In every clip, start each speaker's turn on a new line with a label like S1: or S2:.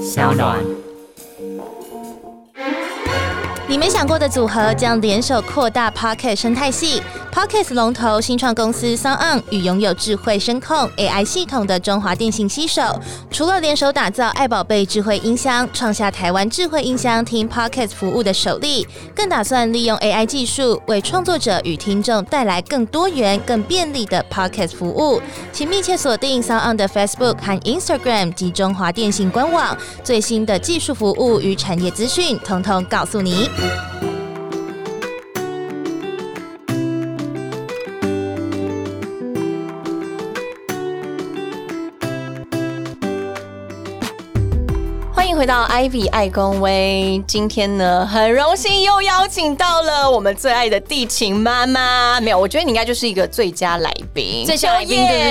S1: 小暖。
S2: 你没想过的组合将联手扩大 Pocket 生态系。Pocket 龙头新创公司 s o n 与拥有智慧声控 AI 系统的中华电信携手，除了联手打造爱宝贝智慧音箱，创下台湾智慧音箱听 Pocket 服务的首例，更打算利用 AI 技术为创作者与听众带来更多元、更便利的 Pocket 服务。请密切锁定 s o n 的 Facebook 和 Instagram 及中华电信官网，最新的技术服务与产业资讯，统统告诉你。
S3: 欢迎回到 Ivy 爱公威，今天呢很荣幸又邀请到了我们最爱的地勤妈妈。没有，我觉得你应该就是一个最佳来宾，
S4: 最小来宾，
S3: 哦耶
S4: 对不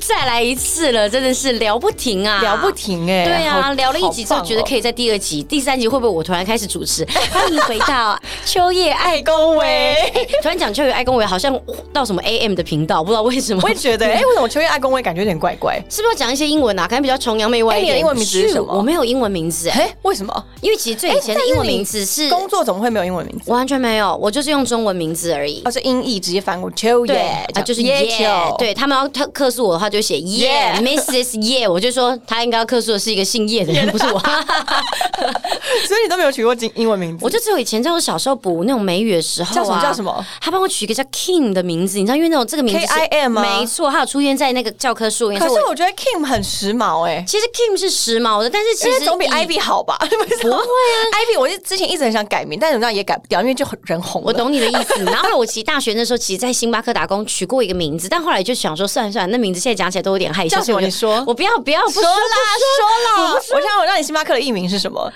S4: 对？再来一次了，真的是聊不停啊，
S3: 聊不。停哎、
S4: 对啊，
S3: 好哦
S4: 聊了一集之后，觉得可。以在第二集、第三集会不会我突然开始主 持？欢迎回到秋叶爱。哎
S3: 爱公 威，
S4: 突然讲秋叶爱公维，好像到什么 AM 的频道，不知道为什么
S3: 我。也觉得，哎、为什么秋叶爱公威感觉有点怪 怪？
S4: 是不是要讲一些英文啊？可能比较崇洋媚外一点。
S3: 哎你的英文名字是什么
S4: 我没有英文名字、哎
S3: 哎、为什么？
S4: 因为其实最以前的英文名字是
S3: 工作怎么会没有英文名字？
S4: 完全没有，我就是用中文名字而已。
S3: 哦，是音译直接翻过秋叶
S4: 对，啊，就是
S3: 耶
S4: 耶
S3: 秋，，
S4: 对他们要特克诉我的话，就写耶
S3: Yeah
S4: Mrs. 耶，我就说他应该要克诉的是一个姓叶的人，不是 我。
S3: 所以你都没有取过英英文名字，
S4: 我就只有以前在我小时候补那种美语的时候啊，
S3: 叫什么叫什么？
S4: 他帮我取一个叫 King 的名字，你知道，因为那种这个名字是
S3: K.I.M 吗
S4: 没错，他有出现在那个教科书里面。
S3: 啊可
S4: 所以
S3: 是
S4: 我
S3: 我觉得 Kim 很时髦哎、
S4: 其实 King 是时髦的，但是
S3: 因
S4: 其
S3: 为
S4: 实
S3: 总比
S4: 以
S3: Ivy 好吧？ 不会啊，Ivy 我是之前一直很想改名，但怎么样也改不掉，因为就很人红了。
S4: 我懂你的意思。然后我其实大学那时候，其实在星巴克打工取过一个名字，但后来就想说，算了算了，那名字现在讲起来都有点害羞，
S3: 叫什么
S4: 所以我就
S3: 你说
S4: 我不要不要不
S3: 说
S4: 说
S3: 啦
S4: 不
S3: 说啦，
S4: 我
S3: 我
S4: 不说
S3: 想我让你星巴克的艺名是什么？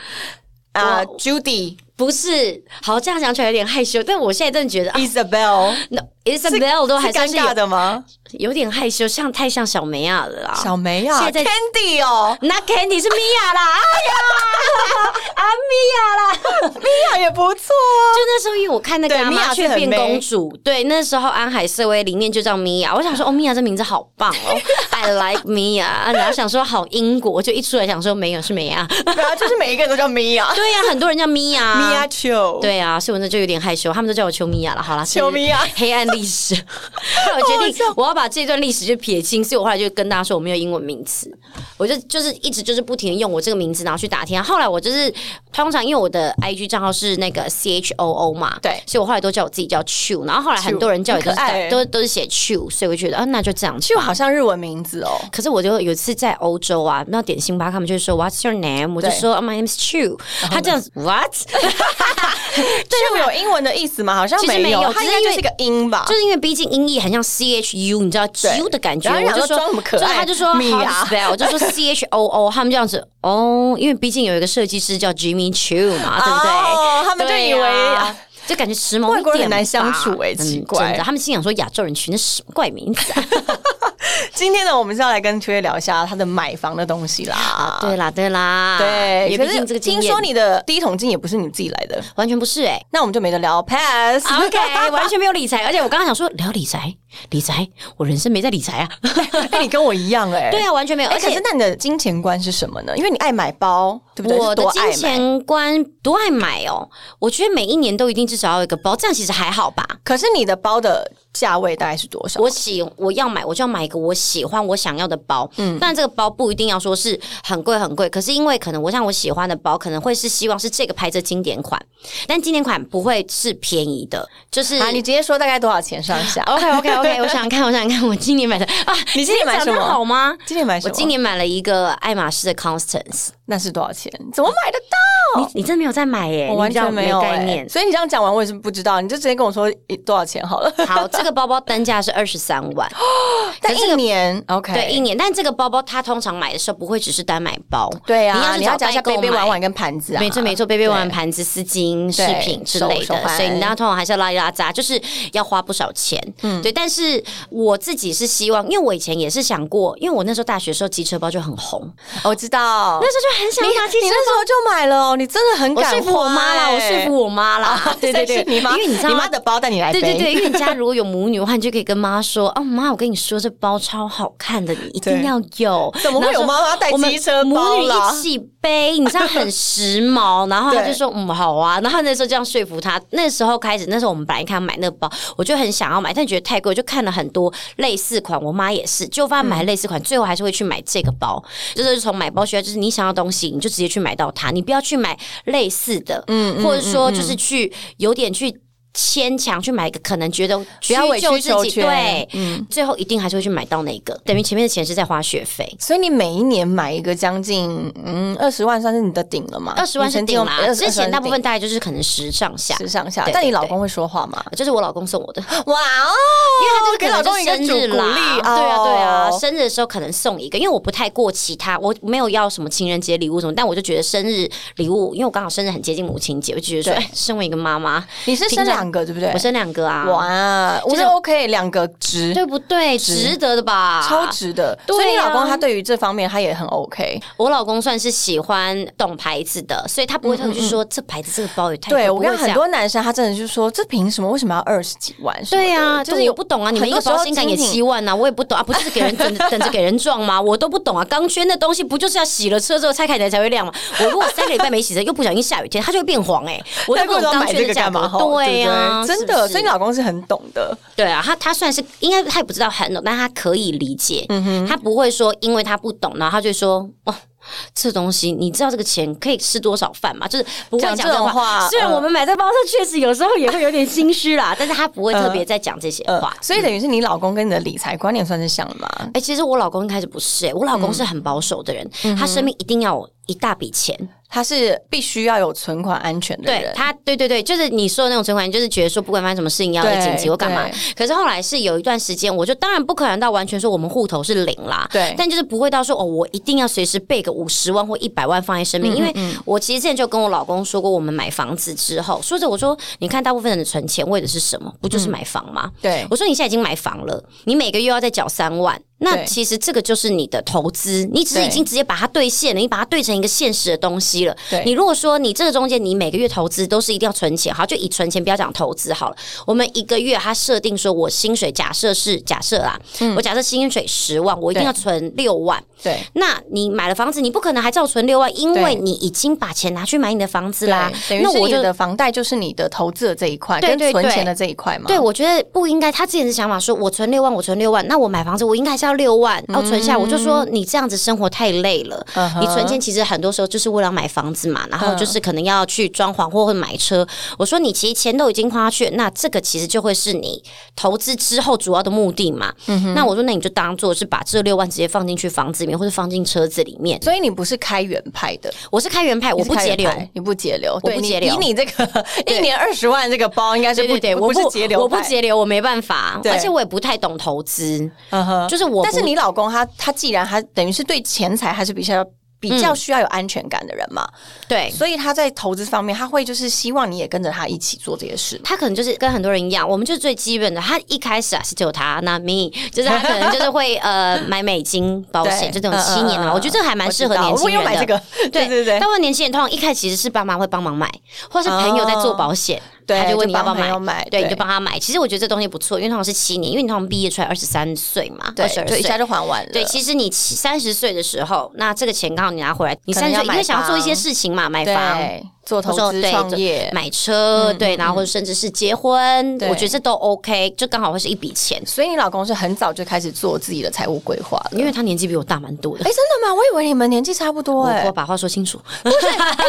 S3: 啊
S4: 我
S3: ，Judy
S4: 不是，好这样讲起来有点害羞，但我现在真的觉得啊
S3: Isabel，
S4: ，no Isabel 都还
S3: 哎是尴
S4: 算 是有
S3: 尬的吗？
S4: 有点害羞，像太像小梅亚了啦。
S3: 小梅啊
S4: 现在
S3: ，Candy 哦，
S4: 那 Candy 是米 娅啦，哎呀，啊米娅啦！
S3: 米娅也不错 啊
S4: 哎就。那时候，因为我看那个
S3: 对
S4: 《
S3: 米娅
S4: 麻
S3: 是
S4: 雀
S3: 很
S4: 变
S3: 美
S4: 公主》，对，那时候安海瑟薇里面就叫米娅，我想说，哦，米娅这名字好棒 哦，I like 米娅，然后想说好英国，就一出来想说没有是美娅，
S3: 对啊，就是每一个人都叫米 娅，
S4: 对呀、很多人叫啊米娅，
S3: 米娅丘。，
S4: 对啊，所以我那就有点害羞，他们都叫我秋米娅了。好啦，
S3: 哦 秋米娅
S4: 是黑暗 历史。后来我决定我要把这段历史就撇清，所以我后来就跟大家说我没有英文名词，我就就是一直就是不停的用我这个名字然后去打听。后来我就是通常因为我的 IG 账号是那个 C H O O 嘛，
S3: 对
S4: 所以我后来都叫我自己叫 Chu，然后后来很多人叫也都
S3: 很
S4: 是
S3: 可爱欸
S4: 都都是写 Chu，所以我就觉得啊那就这样吧。
S3: 就好像日文名字哦。
S4: 可是我就有一次在欧洲啊，那点星巴克，他们就说 What's your name？我就
S3: 对
S4: 说哦 My name is Chu，他这样子 What？
S3: 对，有英文的意思吗？好像
S4: 其实
S3: 没
S4: 没有
S3: 它应
S4: 只是
S3: 该
S4: 因
S3: 就
S4: 为
S3: 是一个音吧。
S4: 就是因为毕竟音译很像 C H U，你知道 Q 的感觉，
S3: 然后
S4: 我
S3: 想
S4: 就
S3: 说
S4: 说
S3: 装什么可爱
S4: 就是他就说
S3: 米啊娅
S4: How to spell，我就 说 C H O O，他们这样子哦，因为毕竟有一个设计师叫 Jimmy Choo 嘛，啊对不对？
S3: 哦他们就
S4: 对
S3: 以为
S4: 啊就感觉时髦一点吧，
S3: 外国人很难相处欸
S4: 嗯
S3: 奇怪
S4: 真的，他们心想说亚洲人取那什么怪名字啊？
S3: 今天呢，我们是要来跟秋月聊一下他的买房的东西 啦。
S4: 啊对啦，对啦，
S3: 对，
S4: 也
S3: 可
S4: 毕竟
S3: 是
S4: 这个经
S3: 听
S4: 验，
S3: 说你的第一桶金也不是你自己来的，
S4: 完全不是哎。啊
S3: 那我们就没得聊，pass。
S4: OK，完全没有理财，而且我刚刚想说聊理财，理财，我人生没在理 财啊。
S3: 哎，你跟我一样哎。
S4: 对啊，完全没有，
S3: 哎，
S4: 而
S3: 可
S4: 且
S3: 是那你的金钱观是什么呢？因为你爱买包，对不对？
S4: 我
S3: 是
S4: 的
S3: 多爱
S4: 金
S3: 买
S4: 钱观多爱买哦，我觉得每一年都一定至少要有一个包，这样其实还好吧。
S3: 可是你的包的价位大概是多少？
S4: 我喜我要买，我就要买一个我喜欢我想要的包。嗯，但这个包不一定要说是很贵很贵，可是因为可能我像我喜欢的包，可能会是希望是这个牌子的经典款，但经典款不会是便宜的，就是。
S3: 啊，你 直接说大概多少钱上下
S4: OK OK OK，我想想看，我想想看，我今年买的啊，
S3: 你今年买什么
S4: 讲得好吗？
S3: 今年买什
S4: 我
S3: 么？
S4: 今年买了一个爱马仕的 Constance，
S3: 那是多少钱？怎么买得到？
S4: 你你真的没有在买耶？
S3: 哦我完全
S4: 你比较
S3: 没有哎
S4: 概念。
S3: 所以你这样讲完，我也是不知道，你就直接跟我说诶多少钱好 了。
S4: 好，这个包包单价是二十三万，
S3: 但一年，OK，
S4: 对，一年。但这个包包它通常买的时候不会只是单买包，
S3: 对啊，
S4: 你要是找
S3: 加一下
S4: 代购
S3: 杯杯
S4: 买
S3: 碗碗跟盘子啊，
S4: 没错没错，杯杯碗碗、
S3: 对
S4: 盘子、丝巾、饰
S3: 对
S4: 品之
S3: 手
S4: 类
S3: 手
S4: 的，
S3: 环
S4: 所以你那通常还是要拉一拉杂，就是要花不少钱。嗯，对。但是我自己是希望，因为我以前也是想过，因为我那时候大学的时候机车包就很红，
S3: 哦我知道。
S4: 那时候就很想
S3: 你
S4: 要拿机
S3: 你
S4: 车
S3: 那时
S4: 包。
S3: 候就买了哦，你真的很
S4: 我
S3: 敢
S4: 说服我妈啦，
S3: 花
S4: 我说
S3: 欸
S4: 服我 妈啦，对对对，
S3: 你妈，
S4: 因为你知道
S3: 你
S4: 吗
S3: 妈的包带你来背，
S4: 对对对，因为你家如果有母女的话，你就可以跟妈说：“哦，妈，我跟你说，这包超好看的，你一定要有。”
S3: 怎么会有妈妈带机车
S4: 我们母
S3: 包
S4: 女
S3: 啦
S4: 一起背，你知道很时髦。然后他
S3: 对
S4: 就说：“嗯，好啊。”然后那时候这样说服他。那时候开始，那时候我们本来看买那个包，我就很想要买，但觉得太贵，我就看了很多类似款。我妈也是，就发现买
S3: 嗯
S4: 类似款，最后还是会去买这个包。就是从买包学，就是你想要东西，你就直接去买到它，你不要去买类似的，
S3: 嗯嗯
S4: 或者说就是去有点去。牵强去买一个，可能觉得
S3: 不要委曲
S4: 屈就
S3: 求
S4: 自己，
S3: 全，
S4: 对，
S3: 嗯。
S4: 最后一定还是会去买到那个，等于前面的钱是在花学费。
S3: 所以你每一年买一个将近嗯二十万，算是你的顶了吗？
S4: 二十万是定啦，之前大部分
S3: 大
S4: 大概就是可能十上下，
S3: 十上下
S4: 对，对
S3: 但你老公会说话吗？
S4: 就是我老公送我的，因
S3: 哇哦，
S4: 为他就是
S3: 给
S4: 可
S3: 老
S4: 能就
S3: 公一个
S4: 生
S3: 主
S4: 日
S3: 鼓
S4: 啦
S3: 励，，
S4: 对啊对啊，
S3: 哦
S4: 生日的时候可能送一个，因为我不太过其他，我没有要什么情人节礼物什么，但我就觉得生日礼物，因为我刚好生日很接近母亲节，我就觉得说，
S3: 对
S4: 哎，身为一个妈妈，
S3: 你是生
S4: 平常
S3: 两个对不对
S4: 我？生两个啊，
S3: 哇，我
S4: 就是
S3: 觉得 OK，两个值。
S4: 对不对？
S3: 值
S4: 值得的吧？
S3: 超值的，
S4: 对啊
S3: 所以你老公他对于这方面他也很 OK。
S4: 我老公算是喜欢懂牌子的，所以他不会特别去说这牌子这个包也太
S3: 嗯
S4: 贵
S3: 对我
S4: 哎不会
S3: 跟
S4: 这
S3: 很
S4: 样
S3: 多男生，他真的就说这凭什么？为什么要二十几万什么的？
S4: 对啊，就是我不懂啊，你们一个保险杆也七万呐、啊，我也不懂啊，不就是给人 等等着给人撞吗？我都不懂啊，钢圈的东西不就是要洗了车之后拆开来才会亮吗？我如果三个礼拜没洗车，又不小心下雨天，它就会变黄哎、我都
S3: 那
S4: 不
S3: 为什
S4: 懂
S3: 么
S4: 钢
S3: 买这
S4: 圈
S3: 个
S4: 的价
S3: 干
S4: 格
S3: 嘛？，
S4: 对啊，
S3: 对真的，
S4: 是不是
S3: 所以你老公是很懂的。
S4: 对啊，他他算是应该他也不知道很懂，但他可以理解，
S3: 嗯
S4: 他不会说因为他不懂，然后他就说哦。这东西你知道这个钱可以吃多少饭吗？就是不会
S3: 讲
S4: 讲
S3: 这种
S4: 种
S3: 话
S4: 虽然
S3: 嗯
S4: 我们买在包上确实有时候也会有点心 虚啦，但是他不会特别在讲这些
S3: 呃
S4: 话，。
S3: 所以等于是你老公跟你的理财观念算是像的嘛？
S4: 哎、其实我老公一开始不是、欸，我老公是很保守的人，
S3: 嗯
S4: 他身边一定要有一大笔钱，
S3: 他是必须要有存款安全的
S4: 对
S3: 人，
S4: 他，对对对，就是你说的那种存款，就是觉得说不管发生什么事情要有紧急或干嘛
S3: 对。
S4: 可是后来是有一段时间，我就当然不可能到完全说我们户头是零啦，
S3: 对
S4: 但就是不会到说哦，我一定要随时备个五十万或一百万放在身
S3: 嗯
S4: 边，因为我其实之前就跟我老公说过，我们买房子之后，说着我说，你看大部分人的存钱为的是什么？不就是买房吗？
S3: 嗯对
S4: 我说你现在已经买房了，你每个月要再缴三万，那
S3: 对
S4: 其实这个就是你的投资，你只是已
S3: 对
S4: 经直接把它兑现了，你把它兑成一个现实的东西了。
S3: 对
S4: 你如果说你这个中间你每个月投资都是一定要存钱，好，就以存钱不要讲投资好了。我们一个月他设定说我薪水假设是假设啊，我假设薪水十万，我一定
S3: 对
S4: 要存六万。
S3: 嗯对
S4: 那你买了房子，你不可能还照存六万，因
S3: 对
S4: 为你已经把钱拿去买你的房子啦。
S3: 对等于
S4: 那
S3: 是
S4: 我
S3: 你
S4: 就
S3: 的房贷就是你的投资的这一块，
S4: 对
S3: 跟
S4: 对
S3: 存
S4: 对
S3: 钱的这一块嘛。
S4: 对，我觉得不应该。他之前的想法说，我存六万，我存六万，那我买房子我应该还是要六万，要存下来。我就说你这样子生活太累了。
S3: 嗯哼嗯
S4: 你存钱其实很多时候就是为了买房子嘛，然后就是可能要去装潢或会买车。我说你其实钱都已经花去了，那这个其实就会是你投资之后主要的目的嘛。
S3: 嗯
S4: 那我说那你就当做是把这六万直接放进去房子里面，或者放进车子里面。
S3: 所以你不是开源派的，
S4: 我是开源派，我
S3: 嗯你是
S4: 不
S3: 开
S4: 节
S3: 源
S4: 流。
S3: 派，你不节流，
S4: 我
S3: 对
S4: 不
S3: 你
S4: 节流
S3: 以你这个 一年二十万这个包，应该是
S4: 对
S3: 不
S4: 对对，我
S3: 不是节流，
S4: 我不，节流，我没办法，
S3: 对
S4: 而且我也不太懂投资，
S3: 嗯哼
S4: 就是我不。
S3: 但是你老公他他既然他等于是对钱财还是比较比
S4: 嗯
S3: 较需要有安全感的人嘛，
S4: 对，
S3: 所以他在投资方面他会就是希望你也跟着他一起做这些事。
S4: 他可能就是跟很多人一样，我们就是最基本的。他一开始啊是只有他那 me，就是 他可能就是会呃买美金保险，就
S3: 对
S4: 这种七年
S3: 嗯嗯
S4: 嘛。
S3: 嗯
S4: 我觉得这个还蛮适合
S3: 我知道
S4: 年轻人
S3: 我有买
S4: 的。
S3: 这个，对对对
S4: 大部分年轻人通常一开始其实是爸妈会帮忙买，或是朋友在做保险，
S3: 对
S4: 他就问你
S3: 就
S4: 要
S3: 帮
S4: 不要
S3: 朋
S4: 买，
S3: 友买
S4: 对，
S3: 对
S4: 你就帮他买。其实我觉得这东西不错，因为通常是七年，因为你通常毕业出来二十三岁嘛，
S3: 对
S4: 二十，二
S3: 就一下
S4: 岁。
S3: 就还完了。
S4: 对，其实你三十岁的时候，那这个钱刚好你拿回来，你
S3: 可能
S4: 三十
S3: 要
S4: 岁因为
S3: 买
S4: 想要做一些
S3: 房
S4: 事情嘛，买房，
S3: 对，做
S4: 或
S3: 投
S4: 者
S3: 资
S4: 对
S3: 创
S4: 就
S3: 业，
S4: 买车，对，然后或者甚至是结婚，
S3: 对
S4: 我觉得这都 OK，就刚好会是一笔钱，
S3: 所以你老公是很早就开始做自己的财务规划了。
S4: 因为他年纪比我大蛮多的
S3: 哎、。真的吗？我以为你们年纪差不多哎、
S4: 我把话说清楚，
S3: 哎、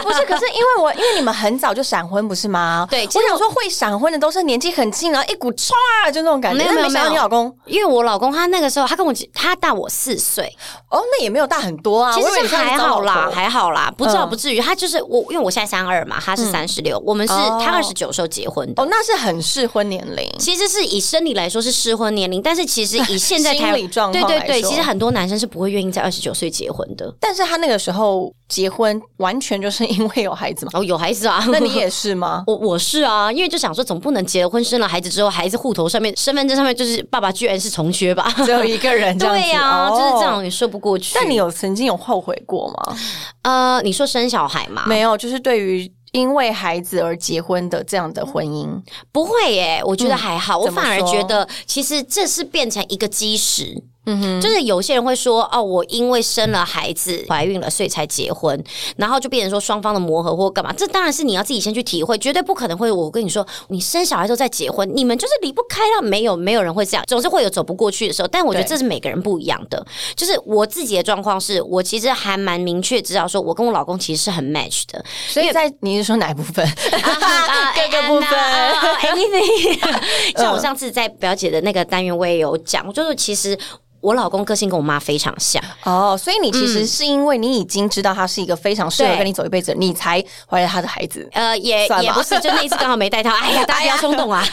S3: 不是，可是因为我因为你们很早就闪婚，不是吗？
S4: 对
S3: 我
S4: 其实我
S3: 想说会闪婚的都是年纪很轻，然后一股唰啊就那种感觉。
S4: 没有
S3: 但
S4: 没有
S3: 想到
S4: 没有
S3: 你老公
S4: 因为我老公他那个时候，他跟我他大我四岁，
S3: 哦，那也没有大很多啊。
S4: 其
S3: 我以为你
S4: 实
S3: 现在
S4: 还
S3: 是糟
S4: 好啦
S3: 老，头
S4: 还好啦，不至少
S3: 嗯
S4: 不至于。他就是我，因为我现在三二嘛，他是三十六，我们是
S3: 哦
S4: 他二十九时候结婚的。
S3: 哦，那是很适婚年龄。
S4: 其实是以生理来说是适婚年龄，但是其实以现在
S3: 心
S4: 台
S3: 理状
S4: 对
S3: 况
S4: 对
S3: 来
S4: 对，
S3: 说
S4: 其实很多男生是不会愿意在二十九岁结婚的。
S3: 但是他那个时候结婚完全就是因为有孩子吗？
S4: 哦，有孩子 啊，
S3: 那你也是 吗？
S4: 我我是啊，因为就想说，总不能结了婚生了孩子之后，孩子户头上面、身份证上面就是爸爸居然是重缺吧？
S3: 只有一个人这样子，
S4: 对呀、就是这样
S3: 哦。
S4: 也说不过去。
S3: 但你有曾经有后悔过吗？
S4: 呃，你说生小孩吗？
S3: 没有，就是对于因为孩子而结婚的这样的婚姻，
S4: 不会耶，我觉得还好，
S3: 嗯
S4: 我
S3: 怎么
S4: 反而
S3: 说
S4: 觉得其实这是变成一个基石。
S3: 嗯哼，
S4: 就是有些人会说，哦，我因为生了孩子、怀孕了，所以才结婚，然后就变成说双方的磨合或干嘛。这当然是你要自己先去体会，绝对不可能会。我跟你说，你生小孩之后再结婚，你们就是离不开了。没有，没有人会这样，总是会有走不过去的时候。但我觉得
S3: 对
S4: 这是每个人不一样的。就是我自己的状况是，我其实还蛮明确知道，说我跟我老公其实是很 match 的，
S3: 所以在你是说哪一部分？
S4: 啊哎
S3: 各个部分
S4: 哦 anything。像我上次在表姐的那个单元，我也有讲，就是其实我老公个性跟我妈非常像，
S3: 哦，所以你其实是因为你已经知道他是一个非常适合
S4: 嗯对
S3: 跟你走一辈子的人，你才怀了他的孩子。
S4: 呃，也
S3: 算吧
S4: 也不是，就那一次刚好 没带套。哎呀，大家不要冲动啊！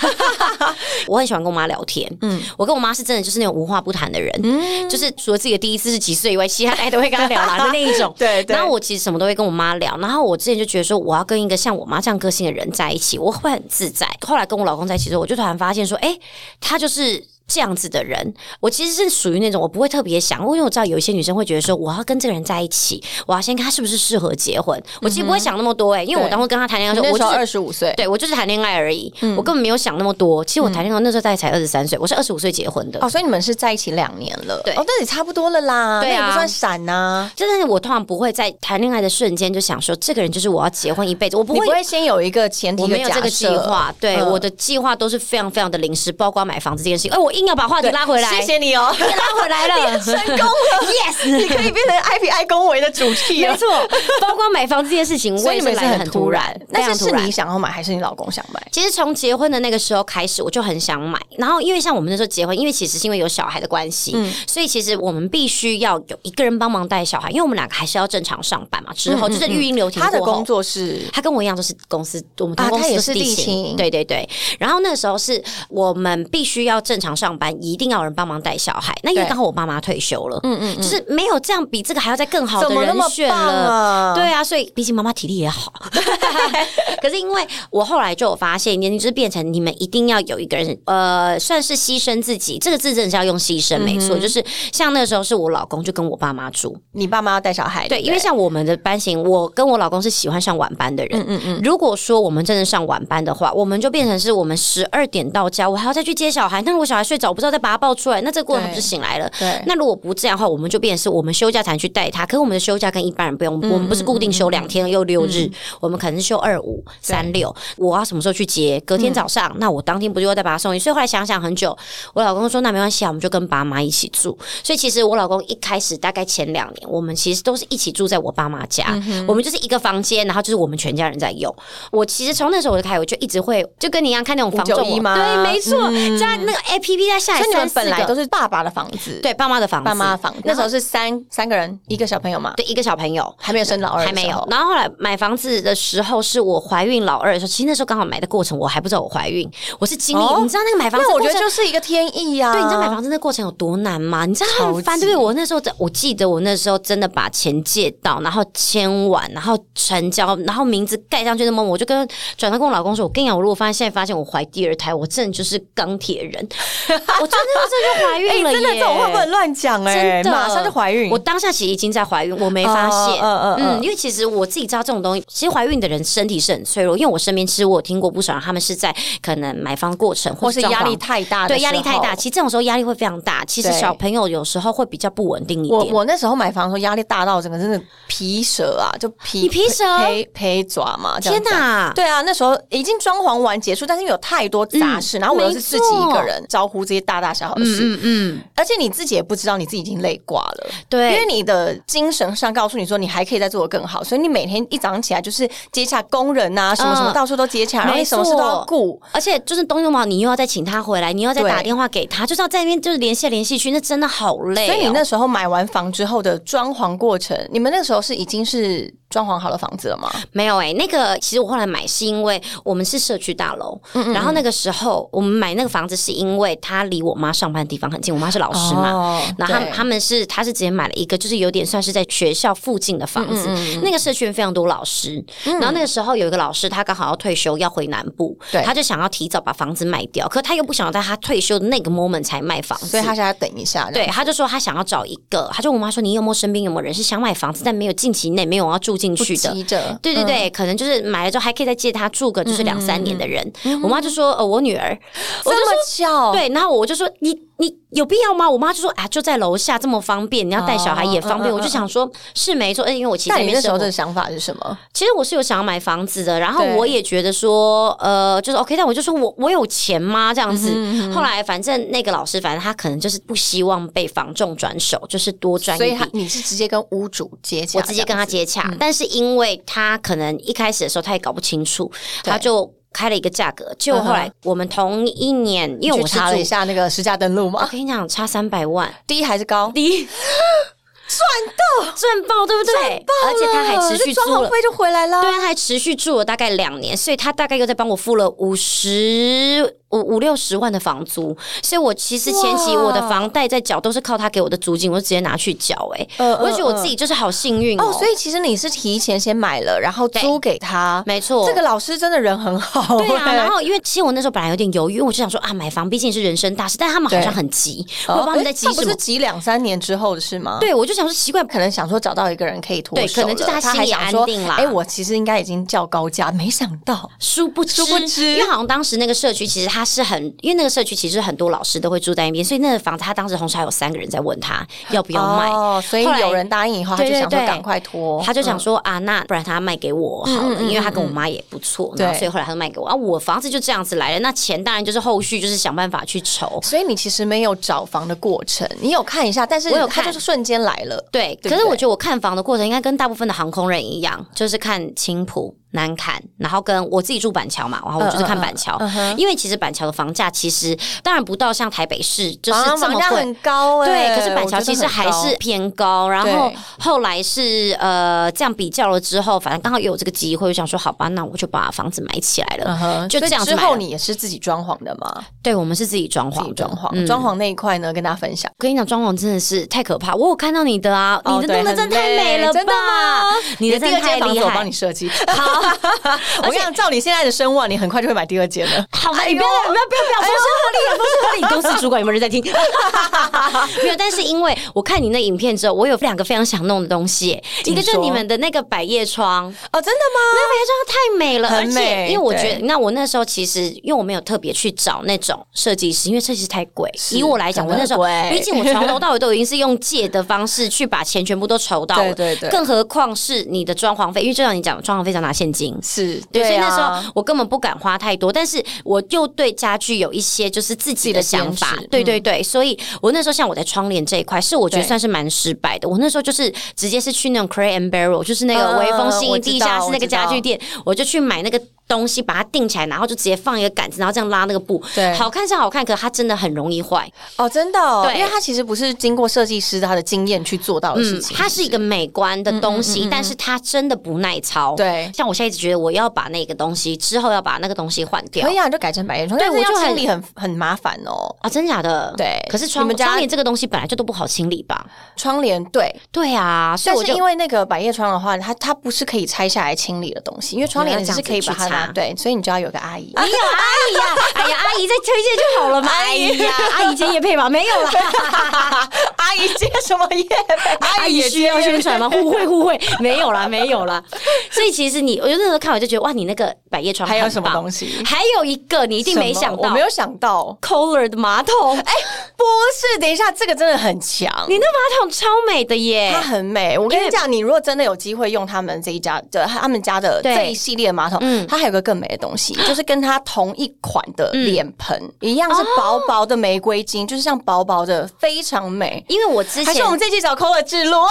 S4: 我很喜欢跟我妈聊天，嗯，我跟我妈是真的就是那种无话不谈的人，
S3: 嗯
S4: 就是除了自己的第一次是几岁以外，其他大家都会跟她聊啦的那一 种。
S3: 对对
S4: 然后我其实什么都会跟我妈聊，然后我之前就觉得说，我要跟一个像我妈这样个性的人在一起，我会很自在。后来跟我老公在一起之后，我就突然发现说，哎、他就是。这样子的人，我其实是属于那种我不会特别想，因为我知道有一些女生会觉得说，我要跟这个人在一起，我要先看他是不是适合结婚。我其实不会想那么多哎、因为我当初跟他谈恋爱的
S3: 你
S4: 时候，
S3: 那时
S4: 我就
S3: 候
S4: 是
S3: 二十五岁，
S4: 对我就是谈恋爱而已，我根本没有想那么多。其实我谈恋爱那时候大概才二十三岁，我是二十五岁结婚的。
S3: 哦，所以你们是在一起两年了，
S4: 对
S3: 哦，那也差不多了啦，
S4: 对啊
S3: 那也不算啊闪呐、
S4: 真的，我通常不会在谈恋爱的瞬间就想说，这个人就是我要结婚一辈子，我不
S3: 你不
S4: 会。
S3: 会先有一个前提，
S4: 我
S3: 一个
S4: 没有这个
S3: 假
S4: 计
S3: 设
S4: 划，对、
S3: 嗯
S4: 我的计划都是非常非常的临时，包括买房子这件事情。哎、我硬要把话题拉回来，
S3: 谢谢你哦，
S4: 拉回来 了，成功了，yes，
S3: 你可以变成 I P I 恭维的主题
S4: 没
S3: 了。
S4: 错，包括买房这件事情，
S3: 所
S4: 我
S3: 以
S4: 也
S3: 你们
S4: 是
S3: 是
S4: 来的很
S3: 突
S4: 突
S3: 然
S4: 然，，
S3: 但
S4: 非
S3: 是
S4: 常
S3: 是
S4: 突然
S3: 你想要买还是你老公想买？
S4: 其实从结婚的那个时候开始，我就很想买。然后因为像我们那时候结婚，因为其实是因为有小孩的关系，
S3: 嗯
S4: 所以其实我们必须要有一个人帮忙带小孩，因为我们两个还是要正常上班嘛。之后、就是育婴留停
S3: 嗯他的
S4: 过后
S3: 工作是
S4: 他跟我一样都是公司，我们
S3: 啊
S4: 同公
S3: 他
S4: 司
S3: 也
S4: 都
S3: 是
S4: 地
S3: 地
S4: 勤，
S3: 勤
S4: 对对对。然后那个时候是我们必须要正常上班，一定要有人帮忙带小孩。那因为
S3: 对
S4: 刚好我妈妈退休了，嗯嗯，就是没有这样比这个还要再更好的
S3: 怎么那
S4: 人
S3: 么
S4: 选
S3: 棒
S4: 了，
S3: 啊
S4: 对啊。所以毕竟妈妈体力 也好，可是因为我后来就有发现一件事，就是变成你们一定要有一个人，呃，算是牺牲自己，这个字真的是要用牺牲，没
S3: 嗯
S4: 错。就是像那个时候是我老公就跟我爸妈住，
S3: 你爸妈要带小孩，
S4: 对，
S3: 不
S4: 因为像我们的班型，我跟我老公是喜欢上晚班的人。嗯嗯。如果说我们真的上晚班的话，我们就变成是我们十二点到家，我还要再去接小孩。那如果小孩睡着，我不知道再把他抱出来，那这个过程不是
S3: 对
S4: 醒来了？
S3: 对
S4: 那如果不这样的话，我们就变成是我们休假才去带他，可是我们的休假跟一般人不
S3: 嗯
S4: 一样，我们我们不是固定休两天又六日，我们可能是休二
S3: 嗯
S4: 五三六。我啊要什么时候去接？隔天早上，那我当天不就又再把他送去？所以后来想想很久，我老公说那没关系啊，我们就跟爸妈一起住。所以其实我老公一开始大概前两年，我们其实都是一起住在我爸妈家，
S3: 嗯
S4: 我们就是一个房间，然后就是我们全家人在用。我其实从那时候我就开始，我就一直会就跟你一样看那种房仲
S3: 591吗嗯
S4: 对，没错，加那个 A P P 在下来
S3: 所以你
S4: 三
S3: 们
S4: 四
S3: 本来
S4: 个
S3: 都是爸爸的房子，，
S4: 对爸妈的房子，
S3: 爸妈的房子，那时候
S4: 是
S3: 是三三个人，一个小朋友嘛，
S4: 对一个小朋友。
S3: 还没有生老二，
S4: 还没有，。然后后来买房子的时候，是我怀孕老二的时候。其实那时候刚好买的过程，我还不知道我怀孕，我是经历。
S3: 哦
S4: 你知道那个买房子
S3: 那
S4: 的
S3: 我
S4: 过
S3: 觉
S4: 程，
S3: 得就是一个天意呀、啊，
S4: 对，你知道买房子那过程有多难吗？你知道它
S3: 超
S4: 很烦，
S3: 级
S4: 对不对？我那时候在，我记得我那时候真的把钱借到，然后签完，然后成交，然后名字盖上去那么，我就跟转头跟我老公说，我跟你讲，我如果发现现在发现我怀第二胎，我真的就是钢铁 人，我真的真的就怀
S3: 哎、
S4: 孕了耶、
S3: 真的这种话不能乱讲哎，
S4: 真的
S3: 马上就怀孕。
S4: 我当下其实已经在怀孕，我没发现。
S3: 嗯嗯嗯
S4: 嗯，因为其实我自己知道这种东西，其实怀孕的人身体是很脆弱。因为我身边其实我有听过不少人，他们是在可能买房过程
S3: 或
S4: 或
S3: 是压力
S4: 太
S3: 太大的
S4: 对
S3: 时候，
S4: 压力太大，其实这种时候压力会非常大。其实
S3: 对
S4: 小朋友有时候会比较不稳定一
S3: 我
S4: 点。
S3: 我那时候买房的时候压力大到整个真的皮蛇啊，就皮
S4: 你皮蛇
S3: 陪陪爪嘛，这样
S4: 天
S3: 讲
S4: 哪！
S3: 对啊，那时候已经装潢完结束，但是因为有太多杂事，然后我又是自己一个人招呼这些大大小小的事，
S4: 嗯嗯，
S3: 而且你自己也不知道你自己已经累挂了，因
S4: 对
S3: 为你的精神上告诉你说你还可以再做得更好，所以你每天一早上起来就是接洽工人啊，什么什么
S4: 嗯
S3: 到处都接洽，然后你什么事都要顾，
S4: 而且就是东西弄不好，你又要再请他回来，你又要再
S3: 对
S4: 打电话给他，就是要在那边就是联系来联系去，那真的好累哦、
S3: 所以你那时候买完房之后的装潢过程，你们那时候是已经是装潢好的房子了吗？
S4: 没有哎、那个其实我后来买是因为我们是社区大楼，
S3: 嗯
S4: 然后那个时候我们买那个房子是因为它离我妈上班的地方很近，我妈是老师嘛，
S3: 哦
S4: 然后他
S3: 对
S4: 们他们是他是直接买了一个，就是有点算是在学校附近的房
S3: 嗯
S4: 子。那个社区非常多老师，然后那个时候有一个老师他刚好要退休，要回南部，
S3: 对
S4: 他就想要提早把房子卖掉，可他又不想要在他退休的那个 moment 才卖房子，
S3: 所以他现在等一下，
S4: 对，，他就说他想要找一个，他就问我妈说你有没有身边有没有人是想买房子，但没有近期内没有要住进
S3: 不
S4: 去的
S3: 急。着，
S4: 对对对，可能就是买了之后还可以再借他住个
S3: 嗯
S4: 就是两三年的人。我妈就说呃我女儿，我就
S3: 这
S4: 说
S3: 么巧，
S4: 对，然后我就说你你有必要吗？我妈就说啊就在楼下这么方便，你要带小孩也方便。
S3: 哦嗯嗯
S4: 我就想说是没错，嗯，因为我其实
S3: 那
S4: 在
S3: 你
S4: 那
S3: 那
S4: 边
S3: 时候
S4: 生活
S3: 的想法是什么？
S4: 其实我是有想要买房子的，然后
S3: 对
S4: 我也觉得说，呃，就是 OK，但我就说我我有钱吗？这样
S3: 嗯
S4: 子。后来反正那个老师，反正他可能就是不希望被房仲转手，就是多赚
S3: 所
S4: 一
S3: 以他
S4: 笔。
S3: 你是直接跟屋主接洽，
S4: 我直接跟他接洽，
S3: 嗯
S4: 但是因为他可能一开始的时候他也搞不清楚，
S3: 对
S4: 他就开了一个价格，结果后来我们同一年，因
S3: 这样子，你
S4: 为我
S3: 去
S4: 是
S3: 查了一
S4: 住，
S3: 下那个实价登录
S4: 我
S3: 吗？
S4: 跟你讲，差三百万，
S3: 低还是高？
S4: 你赚到赚爆，对不对？而且他还持续
S3: 这装
S4: 租
S3: 潢
S4: 了。
S3: 费就啊回来啦
S4: 对，。他还持续住了大概两年，所以他大概又在帮我付了五十五五六十万的房租，所以我其实前期
S3: 哇
S4: 我的房贷在缴都是靠他给我的租金，我就直接拿去缴、欸。哎、
S3: 嗯
S4: 我就觉得我
S3: 嗯
S4: 自己就是好幸运、
S3: 哦，所
S4: 以
S3: 以其实你是提前先买了，然后租给他。
S4: 没错，
S3: 这个老师真的人很好、
S4: 对啊，
S3: 欸
S4: 然后因为其实我那时候本来有点犹豫，因为我就想说啊，买房毕竟是人生大事，但他们好像
S3: 对
S4: 很急，我
S3: 哦
S4: 也不知道他们在急
S3: 诶那不
S4: 什么
S3: 是。急两三年之后的事吗？，
S4: 对，我就想说奇怪，
S3: 可能想说找到一个人可以脱手了，
S4: 对可能就是他心里
S3: 还想说
S4: 安定啦
S3: 哎、我其实应该已经叫高价，没想到
S4: 殊不知，
S3: 殊不知
S4: 因为好像当时那个社区其实它是很，因为那个社区其实很多老师都会住在那边，所以那个房子他当时同时还有三个人在问他要不要卖，
S3: 哦，所以
S4: 后来
S3: 有人答应以后，他就
S4: 对对
S3: 想说
S4: 对
S3: 赶快脱，嗯
S4: 他就想说、啊，那不然他卖给我好了，因为他跟我妈也不错，然后
S3: 对
S4: 所以后来他就卖给我啊，我房子就这样子来了，那钱当然就是后续就是想办法去筹。
S3: 所以你其实没有找房的过程，你有看一下，但是
S4: 我有
S3: 他
S4: 看
S3: 就是瞬间来了。
S4: 对，
S3: 对不
S4: 可是我
S3: 对
S4: 觉得我看房的过程应该跟大部分的航空人一样，就是看青浦、南坎，然后跟我自己住板桥嘛，然后我就是看板
S3: 嗯
S4: 桥，因为其实板桥的房价其实当然不到像台北市就是
S3: 啊
S4: 这
S3: 房
S4: 么
S3: 价
S4: 贵，
S3: 很高哎、
S4: 对，可是板
S3: 我
S4: 桥
S3: 觉得
S4: 其实
S3: 很
S4: 还
S3: 高
S4: 是偏高，然后
S3: 对
S4: 后来是呃这样比较了之后，反正刚好有这个机会，我想说好吧，那我就把房子买起来了。
S3: 嗯哼，
S4: 就
S3: 所以
S4: 这样子
S3: 之
S4: 买
S3: 后
S4: 了
S3: 你也是自己装潢的吗？
S4: 对，我们是自己装
S3: 自
S4: 潢
S3: 己
S4: 的，
S3: 装潢，
S4: 嗯
S3: 装潢那一块呢，跟大家分享。
S4: 我跟你讲，装潢真的是太可怕。我有看到你的啊，
S3: 哦
S4: 你的
S3: 对
S4: 弄得
S3: 很
S4: 真的太美了吧？
S3: 真的吗
S4: 你的
S3: 第
S4: 真
S3: 二
S4: 的
S3: 间
S4: 太
S3: 房
S4: 厉
S3: 子我帮
S4: 害
S3: 你。设计。好， 我跟你讲，照你现在的声望，你很快就会买第二间了。
S4: 好啊吧，你不要哎不要不要不要，不是合理，不是合理。公司主管有没有人在 听？没有，但是因为我看你那影片之后，我有两个非常想弄的东西耶，一
S3: 请
S4: 个就是
S3: 说
S4: 你们的那个百叶窗，
S3: 哦，真的吗？
S4: 那百叶哎窗它太美了，
S3: 很
S4: 而且
S3: 美
S4: 因为我觉
S3: 对
S4: 得，那我那时候其实因为我没有特别去找那种设计师，因为设计师太贵。
S3: 是
S4: 以我来讲，
S3: 真
S4: 我
S3: 的
S4: 那时候
S3: 贵
S4: 毕竟我从头到尾都已经是用借的方式去把钱全部都筹到
S3: 对
S4: 了，
S3: 对对
S4: 更何况是你的装潢费，因为就像你讲，装潢费要拿现金。
S3: 是，
S4: 对，
S3: 啊
S4: 所以那时候我根本不敢花太多，但是我又对家具有一些就是自己的想
S3: 自己
S4: 法
S3: 的坚持，嗯
S4: 对对对，所以我那时候像我在窗帘这一块，是我觉得
S3: 对
S4: 算是蛮失败的。我那时候就是直接是去那种 Cray and Barrel，就是那个
S3: 嗯
S4: 微风新
S3: 我
S4: 一
S3: 知
S4: 地下
S3: 道
S4: 室那
S3: 我
S4: 个
S3: 知道
S4: 家具店，我就去买那个。东西把它定起来，然后就直接放一个杆子，然后这样拉那个布
S3: 对，
S4: 好看是好看，可它真的很容易坏。
S3: 哦，真的哦，
S4: 对
S3: 因为它其实不是经过设计师他的经验去做到的事
S4: 嗯，
S3: 情，
S4: 它是一个美观的东
S3: 嗯
S4: 西，但是它真的不耐操。
S3: 对
S4: 像我现在一直觉得我要把那个东西之后要把那个东西换掉
S3: 可。以啊，你就改成百叶窗，
S4: 对
S3: 但是
S4: 我就
S3: 要清
S4: 很
S3: 理很很麻烦哦。
S4: 啊，真假的？
S3: 对
S4: 可是
S3: 你
S4: 窗
S3: 们家
S4: 窗帘这个东西本来就都不好清理吧？
S3: 窗帘对，
S4: 对啊，所
S3: 但
S4: 以我
S3: 是
S4: 就
S3: 因为那个百叶窗的话，它它不是可以拆下来清理的东西，因为窗帘
S4: 你
S3: 你
S4: 要这样
S3: 是可以把它
S4: 子去
S3: 拿
S4: 擦
S3: 对，所以你就要有个阿姨。
S4: 你有阿姨呀、哎呀，阿姨再推荐就好了嘛。阿姨啊呀、 阿姨接叶配吧，没有啦。
S3: 阿姨接什么业？
S4: 阿姨需要宣传吗？互惠互惠，没有啦，没有啦。所以其实你，我就那时候看，我就觉得哇，你那个百叶窗
S3: 还有
S4: 很
S3: 什么
S4: 棒
S3: 东西
S4: 还有一个你一定没想
S3: 什么
S4: 到，
S3: 我没有想到。
S4: Kohler 的马桶，哎、
S3: 不是，等一下，这个真的很强。
S4: 你那马桶超美的耶
S3: 它！很美，我跟你讲，你如果真的有机会用他们这一家的他们家的
S4: 对
S3: 这一系列的马桶，
S4: 嗯
S3: 它还有个更美的东西，就是跟它同一款哦的脸盆、一样，是薄薄的玫瑰金，就是像薄薄的，非常美。
S4: 因为为我之前
S3: 还是我们这期找 Cola 制 录啊？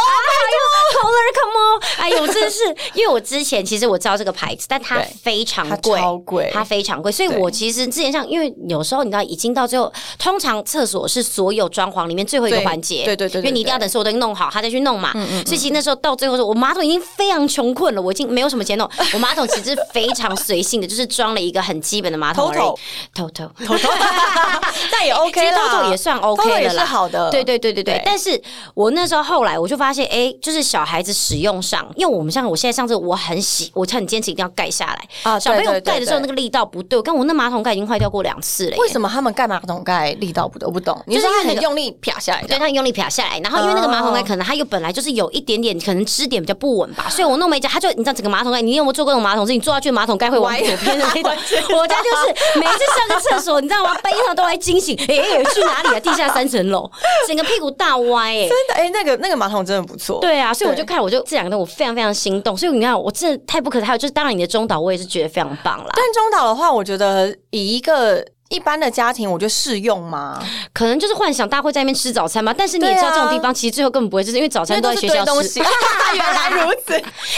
S4: Color Come On，哎呦，真的是，因为我之前其实我知道这个牌子，但它
S3: 对
S4: 非常
S3: 它
S4: 贵，
S3: 超贵
S4: 它非常贵，所以
S3: 对
S4: 我其实之前像，因为有时候你知道，已经到最后，通常厕所是所有装潢里面最后一个
S3: 对
S4: 环节，
S3: 对对对对嗯
S4: 因为你一定要等所有东西弄好，他再去弄嘛。所以其实那时候到最后的时候，我马桶已经非常穷困了，我已经没有什么 钱弄，我马桶其实非常随性的，就是装了一个很基本的马桶而已，
S3: Toto
S4: 偷偷。
S3: 头头， 那也 OK
S4: 其实
S3: 啦，
S4: 豆豆也算 OK
S3: 豆豆
S4: 的啦
S3: 也是好的，
S4: 对对对对对
S3: 对，
S4: 但是我那时候后来我就发现，哎，就是小孩子使用上，因为我们像我现在上次我很喜，我很坚持一定要盖下来。
S3: 啊，
S4: 小朋
S3: 对
S4: 友
S3: 对对
S4: 盖的时候
S3: 对
S4: 那个力道不对，我看我那马桶盖已经坏掉过两次了耶。
S3: 为什么他们盖马桶盖力道不对？我不懂，你
S4: 就是
S3: 说他
S4: 那
S3: 很
S4: 个
S3: 用力啪下来
S4: 对
S3: 的，
S4: 它用力撇下来，然后因为那个马桶盖
S3: 哦
S4: 可能它又本来就是有一点点，可能支点比较不稳吧，所以我弄没夹，它就你知道整个马桶盖，你有没有做过那种马桶是你坐下去马桶盖会往
S3: 歪
S4: 左 边的那种？我家就是每一次上个厕所，你知道吗？背上都会惊醒， 哎、去哪里啊？地下三层楼， 整个屁股大歪哎、
S3: 真的哎，那个那个马桶真的不错，
S4: 对啊，所以我
S3: 对
S4: 就看，我就这两个灯我非常非常心动，所以你看，我真的太不可还有就是，当然你的中岛我也是觉得非常棒啦，
S3: 但中岛的话，我觉得以一个一般的家庭，我觉得适用吗？
S4: 可能就是幻想大家会在那边吃早餐嘛，但是你也知
S3: 对啊
S4: 道这种地方其实最后根本不会吃，因为早餐都在学校
S3: 因为都是
S4: 吃
S3: 堆。东西， 原来如 此。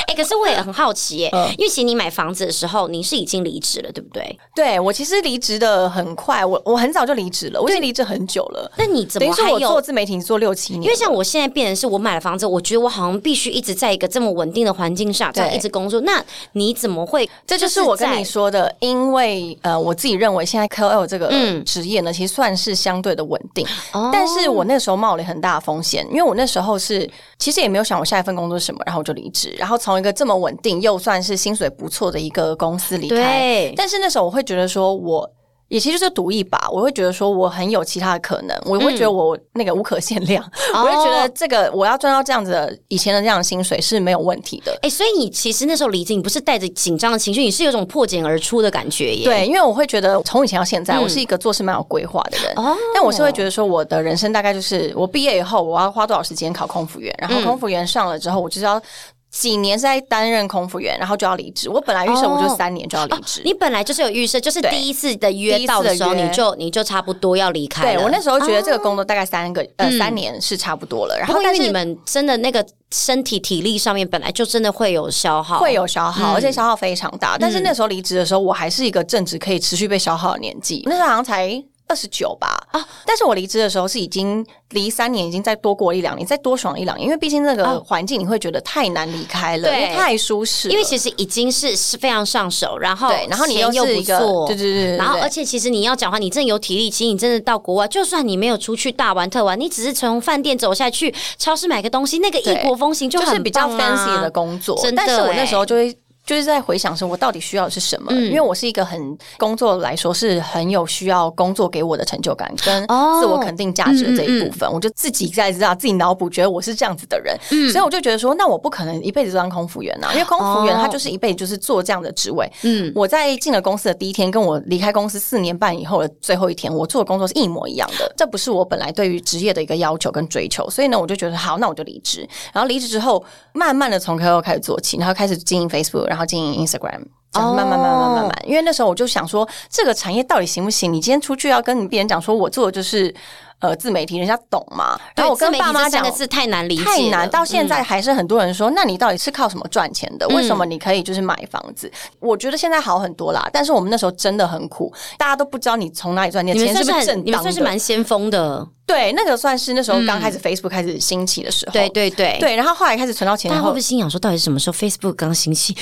S4: 哎、可是我也很好奇耶、
S3: 嗯
S4: 因为其实你买房子的时候你是已经离职了，对不对？
S3: 对我其实离职的很快，我我很早就离职了，我已经离职很久了。
S4: 那你怎
S3: 等于
S4: 么
S3: 说
S4: 还
S3: 我做
S4: 有？
S3: 自媒体做六七年了，
S4: 因为像我现在变成是我买了房子，我觉得我好像必须一直在一个这么稳定的环境下，这样
S3: 对
S4: 一直工作。那你怎么会？
S3: 这就是我跟
S4: 在
S3: 你说的，因为呃，我自己认为现在 KOL 这个
S4: 嗯
S3: 职业呢，其实算是相对的稳定。
S4: 哦
S3: 但是我那时候冒了很大的风险，因为我那时候是其实也没有想我下一份工作是什么，然后我就离职，然后从一个这么稳定又算是薪水不错的一个公司离开。
S4: 对，
S3: 但是那时候我会觉得说我。也其实就是赌一把，我会觉得说我很有其他的可能，我会觉得我那个无可限量，我会觉得
S4: 嗯哦
S3: 这个我要赚到这样子的以前的这样的薪水是没有问题的。
S4: 哎、所以你其实那时候离职，你不是带着紧张的情绪，你是有种破茧而出的感觉耶。，
S3: 对，因为我会觉得从以前到现在，
S4: 嗯
S3: 我是一个做事蛮有规划的人。
S4: 哦
S3: 但我是会觉得说，我的人生大概就是我毕业以后，我要花多少时间考空服员，然后
S4: 嗯
S3: 空服员上了之后，我就是要几年在担任空服员，然后就要离职。我本来预设我就
S4: 哦
S3: 三年就要离职。
S4: 你本来就是有预设，就是
S3: 对
S4: 第一次的约到的时候，
S3: 第一次的约
S4: 你就你就差不多要离开
S3: 对
S4: 了。
S3: 我那时候觉得这个
S4: 啊
S3: 工作大概三个、呃
S4: 嗯
S3: 三年是差不多了，然
S4: 不
S3: 后
S4: 过因
S3: 但
S4: 为
S3: 是
S4: 你们真的那个身体体力上面本来就真的会有消耗，
S3: 会有消耗，
S4: 嗯
S3: 而且消耗非常大。但是那时候离职的时候，我还是一个正值可以持续被消耗的年
S4: 嗯
S3: 纪，那时候好像才。二十九吧啊！但是我离职的时候是已经离三年已经再多过一两年，再多爽一两年，因为毕竟那个
S4: 哦
S3: 环境你会觉得太难离开了，
S4: 对
S3: 因为太舒适了，
S4: 因为其实已经是是非常上手，然后
S3: 对，然后你
S4: 钱又
S3: 是
S4: 不
S3: 一个
S4: 错，
S3: 对对对对对，
S4: 然后，
S3: 对
S4: 而且其实你要讲话，你真的有体力，其实你真的到国外，就算你没有出去大玩特玩，你只是从饭店走下去，超市买个东西，那个异国风情就
S3: 就是
S4: 很
S3: 比较
S4: 棒啊
S3: fancy 的工作。
S4: 真的
S3: 但是我那
S4: 欸
S3: 时候就会就是在回想说，我到底需要的是什么？
S4: 嗯
S3: 因为我是一个很工作来说是很有需要工作给我的成就感跟
S4: 哦
S3: 自我肯定价值的这一部分，我就自己在知道自己脑补，觉得我是这样子的人，所以我就觉得说，那我不可能一辈子都当空服员啊呐、因为空服员
S4: 哦
S3: 他就是一辈子就是做这样的职位。
S4: 嗯，
S3: 我在进了公司的第一天，跟我离开公司四年半以后的最后一天，我做的工作是一模一样的。这不是我本来对于职业的一个要求跟追求，所以呢，我就觉得好，那我就离职。然后离职之后，慢慢的从 KOL 开始做起，然后开始经营 Facebook，然后经营 Instagram。这样
S4: 哦
S3: 慢慢慢慢慢慢，因为那时候我就想说，这个产业到底行不行？你今天出去要跟你别人讲说，我做的就是呃自媒体，人家懂吗？然后我
S4: 对
S3: 跟
S4: 自媒体
S3: 爸妈
S4: 这
S3: 讲
S4: 三个，字太难理解了，
S3: 太难，到现在
S4: 嗯
S3: 还是很多人说，那你到底是靠什么赚钱的？为什么你可以就是买房子？我觉得现在好很多啦，但是我们那时候真的很苦，大家都不知道你从哪里赚钱，
S4: 嗯你们
S3: 钱
S4: 算
S3: 是不是
S4: 是
S3: 正
S4: 很
S3: 当
S4: 你们算是
S3: 的
S4: 蛮先锋的，
S3: 对，那个算是那时候刚开始 Facebook 开始兴起的时候，
S4: 对对对。
S3: 对，然后后来开始存到钱
S4: 大
S3: 以
S4: 家会不
S3: 后
S4: 会。心想说，到底是什么时候 Facebook 刚兴起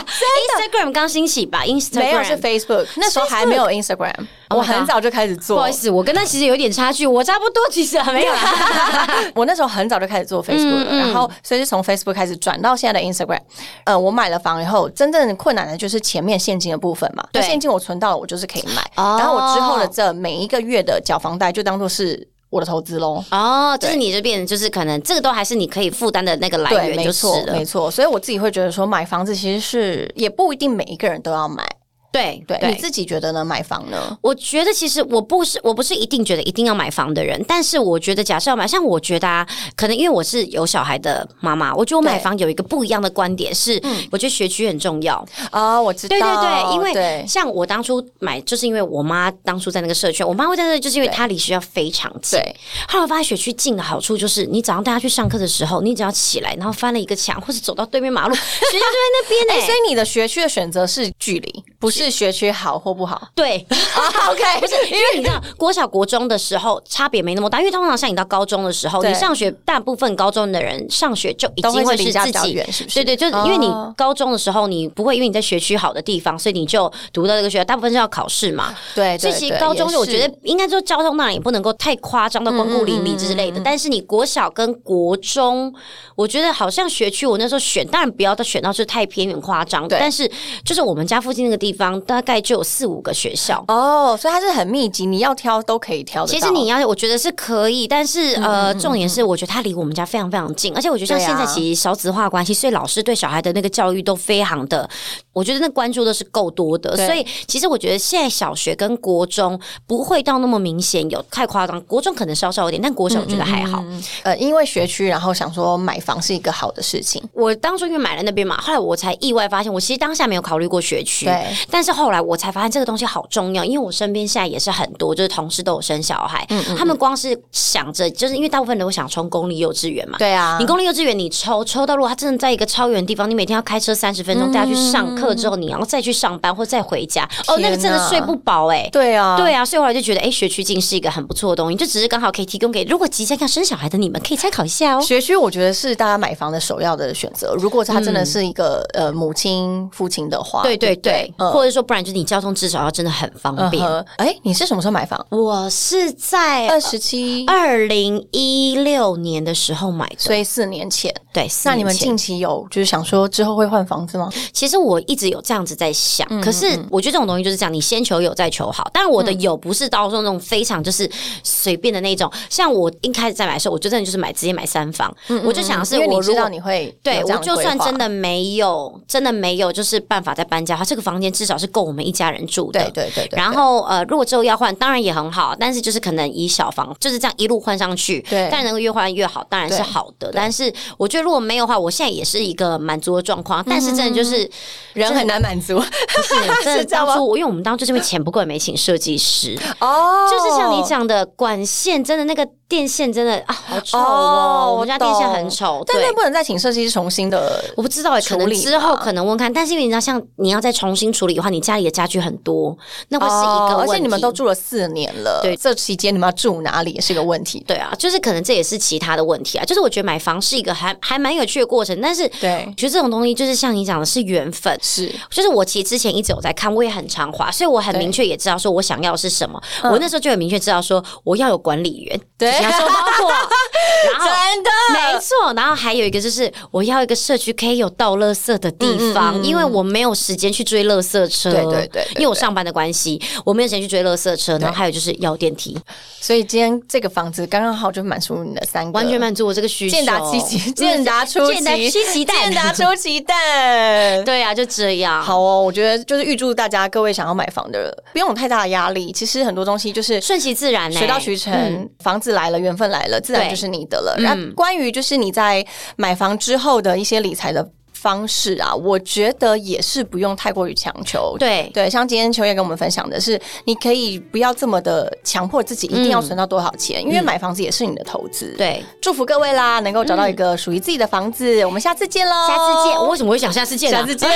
S4: ？Instagram 刚兴起吧？Instagram
S3: 没有是 Facebook，那时候还没有 Instagram，
S4: Oh my
S3: 我很早就开始
S4: 不好
S3: 做
S4: 意，思，我跟他其实有点差距，我差不多其实啊没有啦。
S3: 我那时候很早就开始做 Facebook，了、
S4: 嗯嗯
S3: 然后所以是从 Facebook 开始转到现在的 Instagram。呃，我买了房以后，真正困难的就是前面现金的部分嘛。那
S4: 对
S3: 现金我存到了，我就是可以买。
S4: 哦
S3: 然后我之后的这每一个月的缴房贷，就当做是我的投资喽。
S4: 哦，就是你就变成就是可能这个都还是你可以负担的那个来
S3: 对，
S4: 源
S3: 没
S4: 就是
S3: 错，
S4: 了
S3: 没。错。所以我自己会觉得说，买房子其实是也不一定每一个人都要买。
S4: 对
S3: 对，你自己觉得呢？买房呢？
S4: 我觉得其实我不是我不是一定觉得一定要买房的人，但是我觉得假设要买，像我觉得啊，可能因为我是有小孩的妈妈，我觉得我买
S3: 对
S4: 房有一个不一样的观点
S3: 嗯
S4: 是，我觉得学区很重要。
S3: 啊、我知道，
S4: 对对对，因为
S3: 对
S4: 像我当初买，就是因为我妈当初在那个社区，我妈会在那，就是因为她离学校非常近。
S3: 对
S4: 后来我发现学区近的好处就是，你早上带她去上课的时候，你只要起来，然后翻了一个墙，或是走到对 面马路，学校就在那边呢、
S3: 哎、所以你的学区的选择是距离，不是学区好或不 好。
S4: 对，
S3: 啊，OK，
S4: 不是，因为你知道，国小国中的时候差别没那么大，因为通常像你到高中的时候，
S3: 对
S4: 你上学，大部分高中的人上学就已
S3: 都
S4: 经
S3: 会
S4: 会
S3: 离
S4: 是
S3: 家
S4: 自
S3: 比较
S4: 己
S3: 远，是不是？
S4: 对对，就是因为你
S3: 哦
S4: 高中的时候，你不会因为你在学区好的地方，所以你就读到这个学校，大部分是要考试嘛。
S3: 对，
S4: 所以
S3: 对
S4: 其
S3: 对
S4: 实高中
S3: 也
S4: 我觉
S3: 是
S4: 得应该说交通那也不能够太夸张到光顾邻
S3: 嗯
S4: 里之类的，但是你国小跟国中，我觉得好像学区我那时候选，当然不要到选到是太偏远夸张，
S3: 对
S4: 但是就是我们家附近那个地方大概就有四五个学校。
S3: 哦，所以它是很密集，你要挑都可以挑得
S4: 其
S3: 到。
S4: 实你要，我觉得是可以，但是
S3: 嗯
S4: 呃，重点是我觉得它离我们家非常非常近，而且我觉得像
S3: 对啊
S4: 现在其实少子化关系，所以老师对小孩的那个教育都非常的，我觉得那关注的是够多的。
S3: 对
S4: 所以其实我觉得现在小学跟国中不会到那么明显有太夸张，国中可能稍稍有点，但国小我觉得还好。
S3: 呃，因为学区，然后想说买房是一个好的事情。
S4: 我当初因为买了那边嘛，后来我才意外发现，我其实当下没有考虑过学区，
S3: 对，
S4: 但是后来我才发现这个东西好重要，因为我身边现在也是很多，就是同事都有生小孩，
S3: 嗯
S4: 他们光是想着，就是因为大部分人都想冲公立幼稚园嘛。
S3: 对啊，
S4: 你公立幼稚园你抽抽到，如果他真的在一个超远的地方，你每天要开车三十
S3: 嗯
S4: 分钟带他去上课之后，你要再去上班或再回家，哦，那个真
S3: 天哪
S4: 的睡不饱哎、
S3: 对啊，
S4: 对啊，所以后来就觉得，哎、学区近是一个很不错的东西，就只是刚好可以提供给如果即将要生小孩的你们可以参考一下哦。
S3: 学区我觉得是大家买房的首要的选择。如果他真的是一个、呃母亲、父亲的话，
S4: 嗯对对
S3: 不
S4: 对，
S3: 嗯
S4: 或者说不然就是你交通至少要真的很方
S3: 嗯
S4: 便。
S3: 哼哎、你是什么时候买房？
S4: 我是在
S3: 二十七，
S4: 哎呃二零一六年的时候买的，
S3: 所以四年前。
S4: 对，四
S3: 那你们
S4: 年前
S3: 近期有就是想说之后会换房子吗？
S4: 其实我一直有这样子在想，
S3: 嗯
S4: 可是我觉得这种东西就是这样，你先求有再求好。但我的有不是到说那种非常就是随便的那种，像我一开始在买的时候，我就真的就是买直接买三房，
S3: 嗯
S4: 我就想的是
S3: 因为你
S4: 我
S3: 知
S4: 如
S3: 道
S4: 果。
S3: 你会
S4: 对
S3: 有这
S4: 我
S3: 样
S4: 就算
S3: 规划
S4: 真的没有，真的没有，就是办法再搬家，它这个房间至少是够我们一家人住的。
S3: 对对对对，
S4: 然后呃，如果之后要换，当然也很好，但是就是可能以小房就是这样一路换上去，
S3: 对
S4: 但能够越换越好，当然是
S3: 对
S4: 好的。但是我觉得如果没有的话，我现在也是一个满足的状况，但是真的 就是
S3: 人很难满足
S4: 不是真的
S3: 这样
S4: 当
S3: 吗
S4: 初我因为我们当初就是因为钱不够，也没请设计师，
S3: 哦
S4: 就是像你。讲的管线真的那个电线真的啊好丑哦，
S3: 哦
S4: 我们家电线很丑，
S3: 但
S4: 对
S3: 那不能再请设计师重新的
S4: 我不知道欸，可
S3: 处
S4: 能
S3: 理
S4: 之后
S3: 吧
S4: 可能问看，但是因为你知道，像你要再重新处理的话，你家里的家具很多，那会是一个
S3: 哦
S4: 问
S3: 而
S4: 题。
S3: 且你们都住了四年了，
S4: 对
S3: 这期间你们要住哪里也是个问题。
S4: 对啊，就是可能这也是其他的问题啊。就是我觉得买房是一个还还蛮有趣的过程，但是
S3: 对
S4: 我觉得这种东西就是像你讲的是缘分。
S3: 是
S4: 就是我其实之前一直有在看，我也很常滑，所以我很
S3: 对
S4: 明确也知道说我想要的是什么。我那时候就很明确知道说我要有管理员，
S3: 对
S4: 只要收包 裹，然后
S3: 真的，
S4: 哦没错，然后还有一个就是我要一个社区可以有倒垃圾的地方，因为我没有时间去追垃圾车，
S3: 嗯对对对对
S4: 因为我上班的关系，我没有时间去追垃圾车，然后还有就是要电梯，
S3: 所以今天这个房子刚刚好就满足你的三个，
S4: 完全满足我这个需求。
S3: 健达七 期，健达出奇，
S4: 健达七期蛋
S3: 健达出奇蛋。
S4: 对啊，就这样。
S3: 好哦，我觉得就是预祝大家各位想要买房的人，不用有太大的压力。其实很多东西就是
S4: 顺其自然、欸，
S3: 水到渠成，
S4: 嗯
S3: 房子来了，缘分来了，自然
S4: 对嗯
S3: 就是你的了。那关于就是你在买房之后的一些理财的。方式啊，我觉得也是不用太过于强求。
S4: 对
S3: 对，像今天秋叶跟我们分享的是，你可以不要这么的强迫自己一定要存到多少钱，因为买房子也是你的投资。，
S4: 嗯对。
S3: 祝福各位啦，能够找到一个属于自己的房子。我们下次见喽，
S4: 下次见，我，啊为什么会想下次见呢、
S3: 下次见，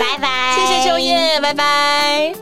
S4: 拜拜，
S3: 谢谢秋叶，拜拜。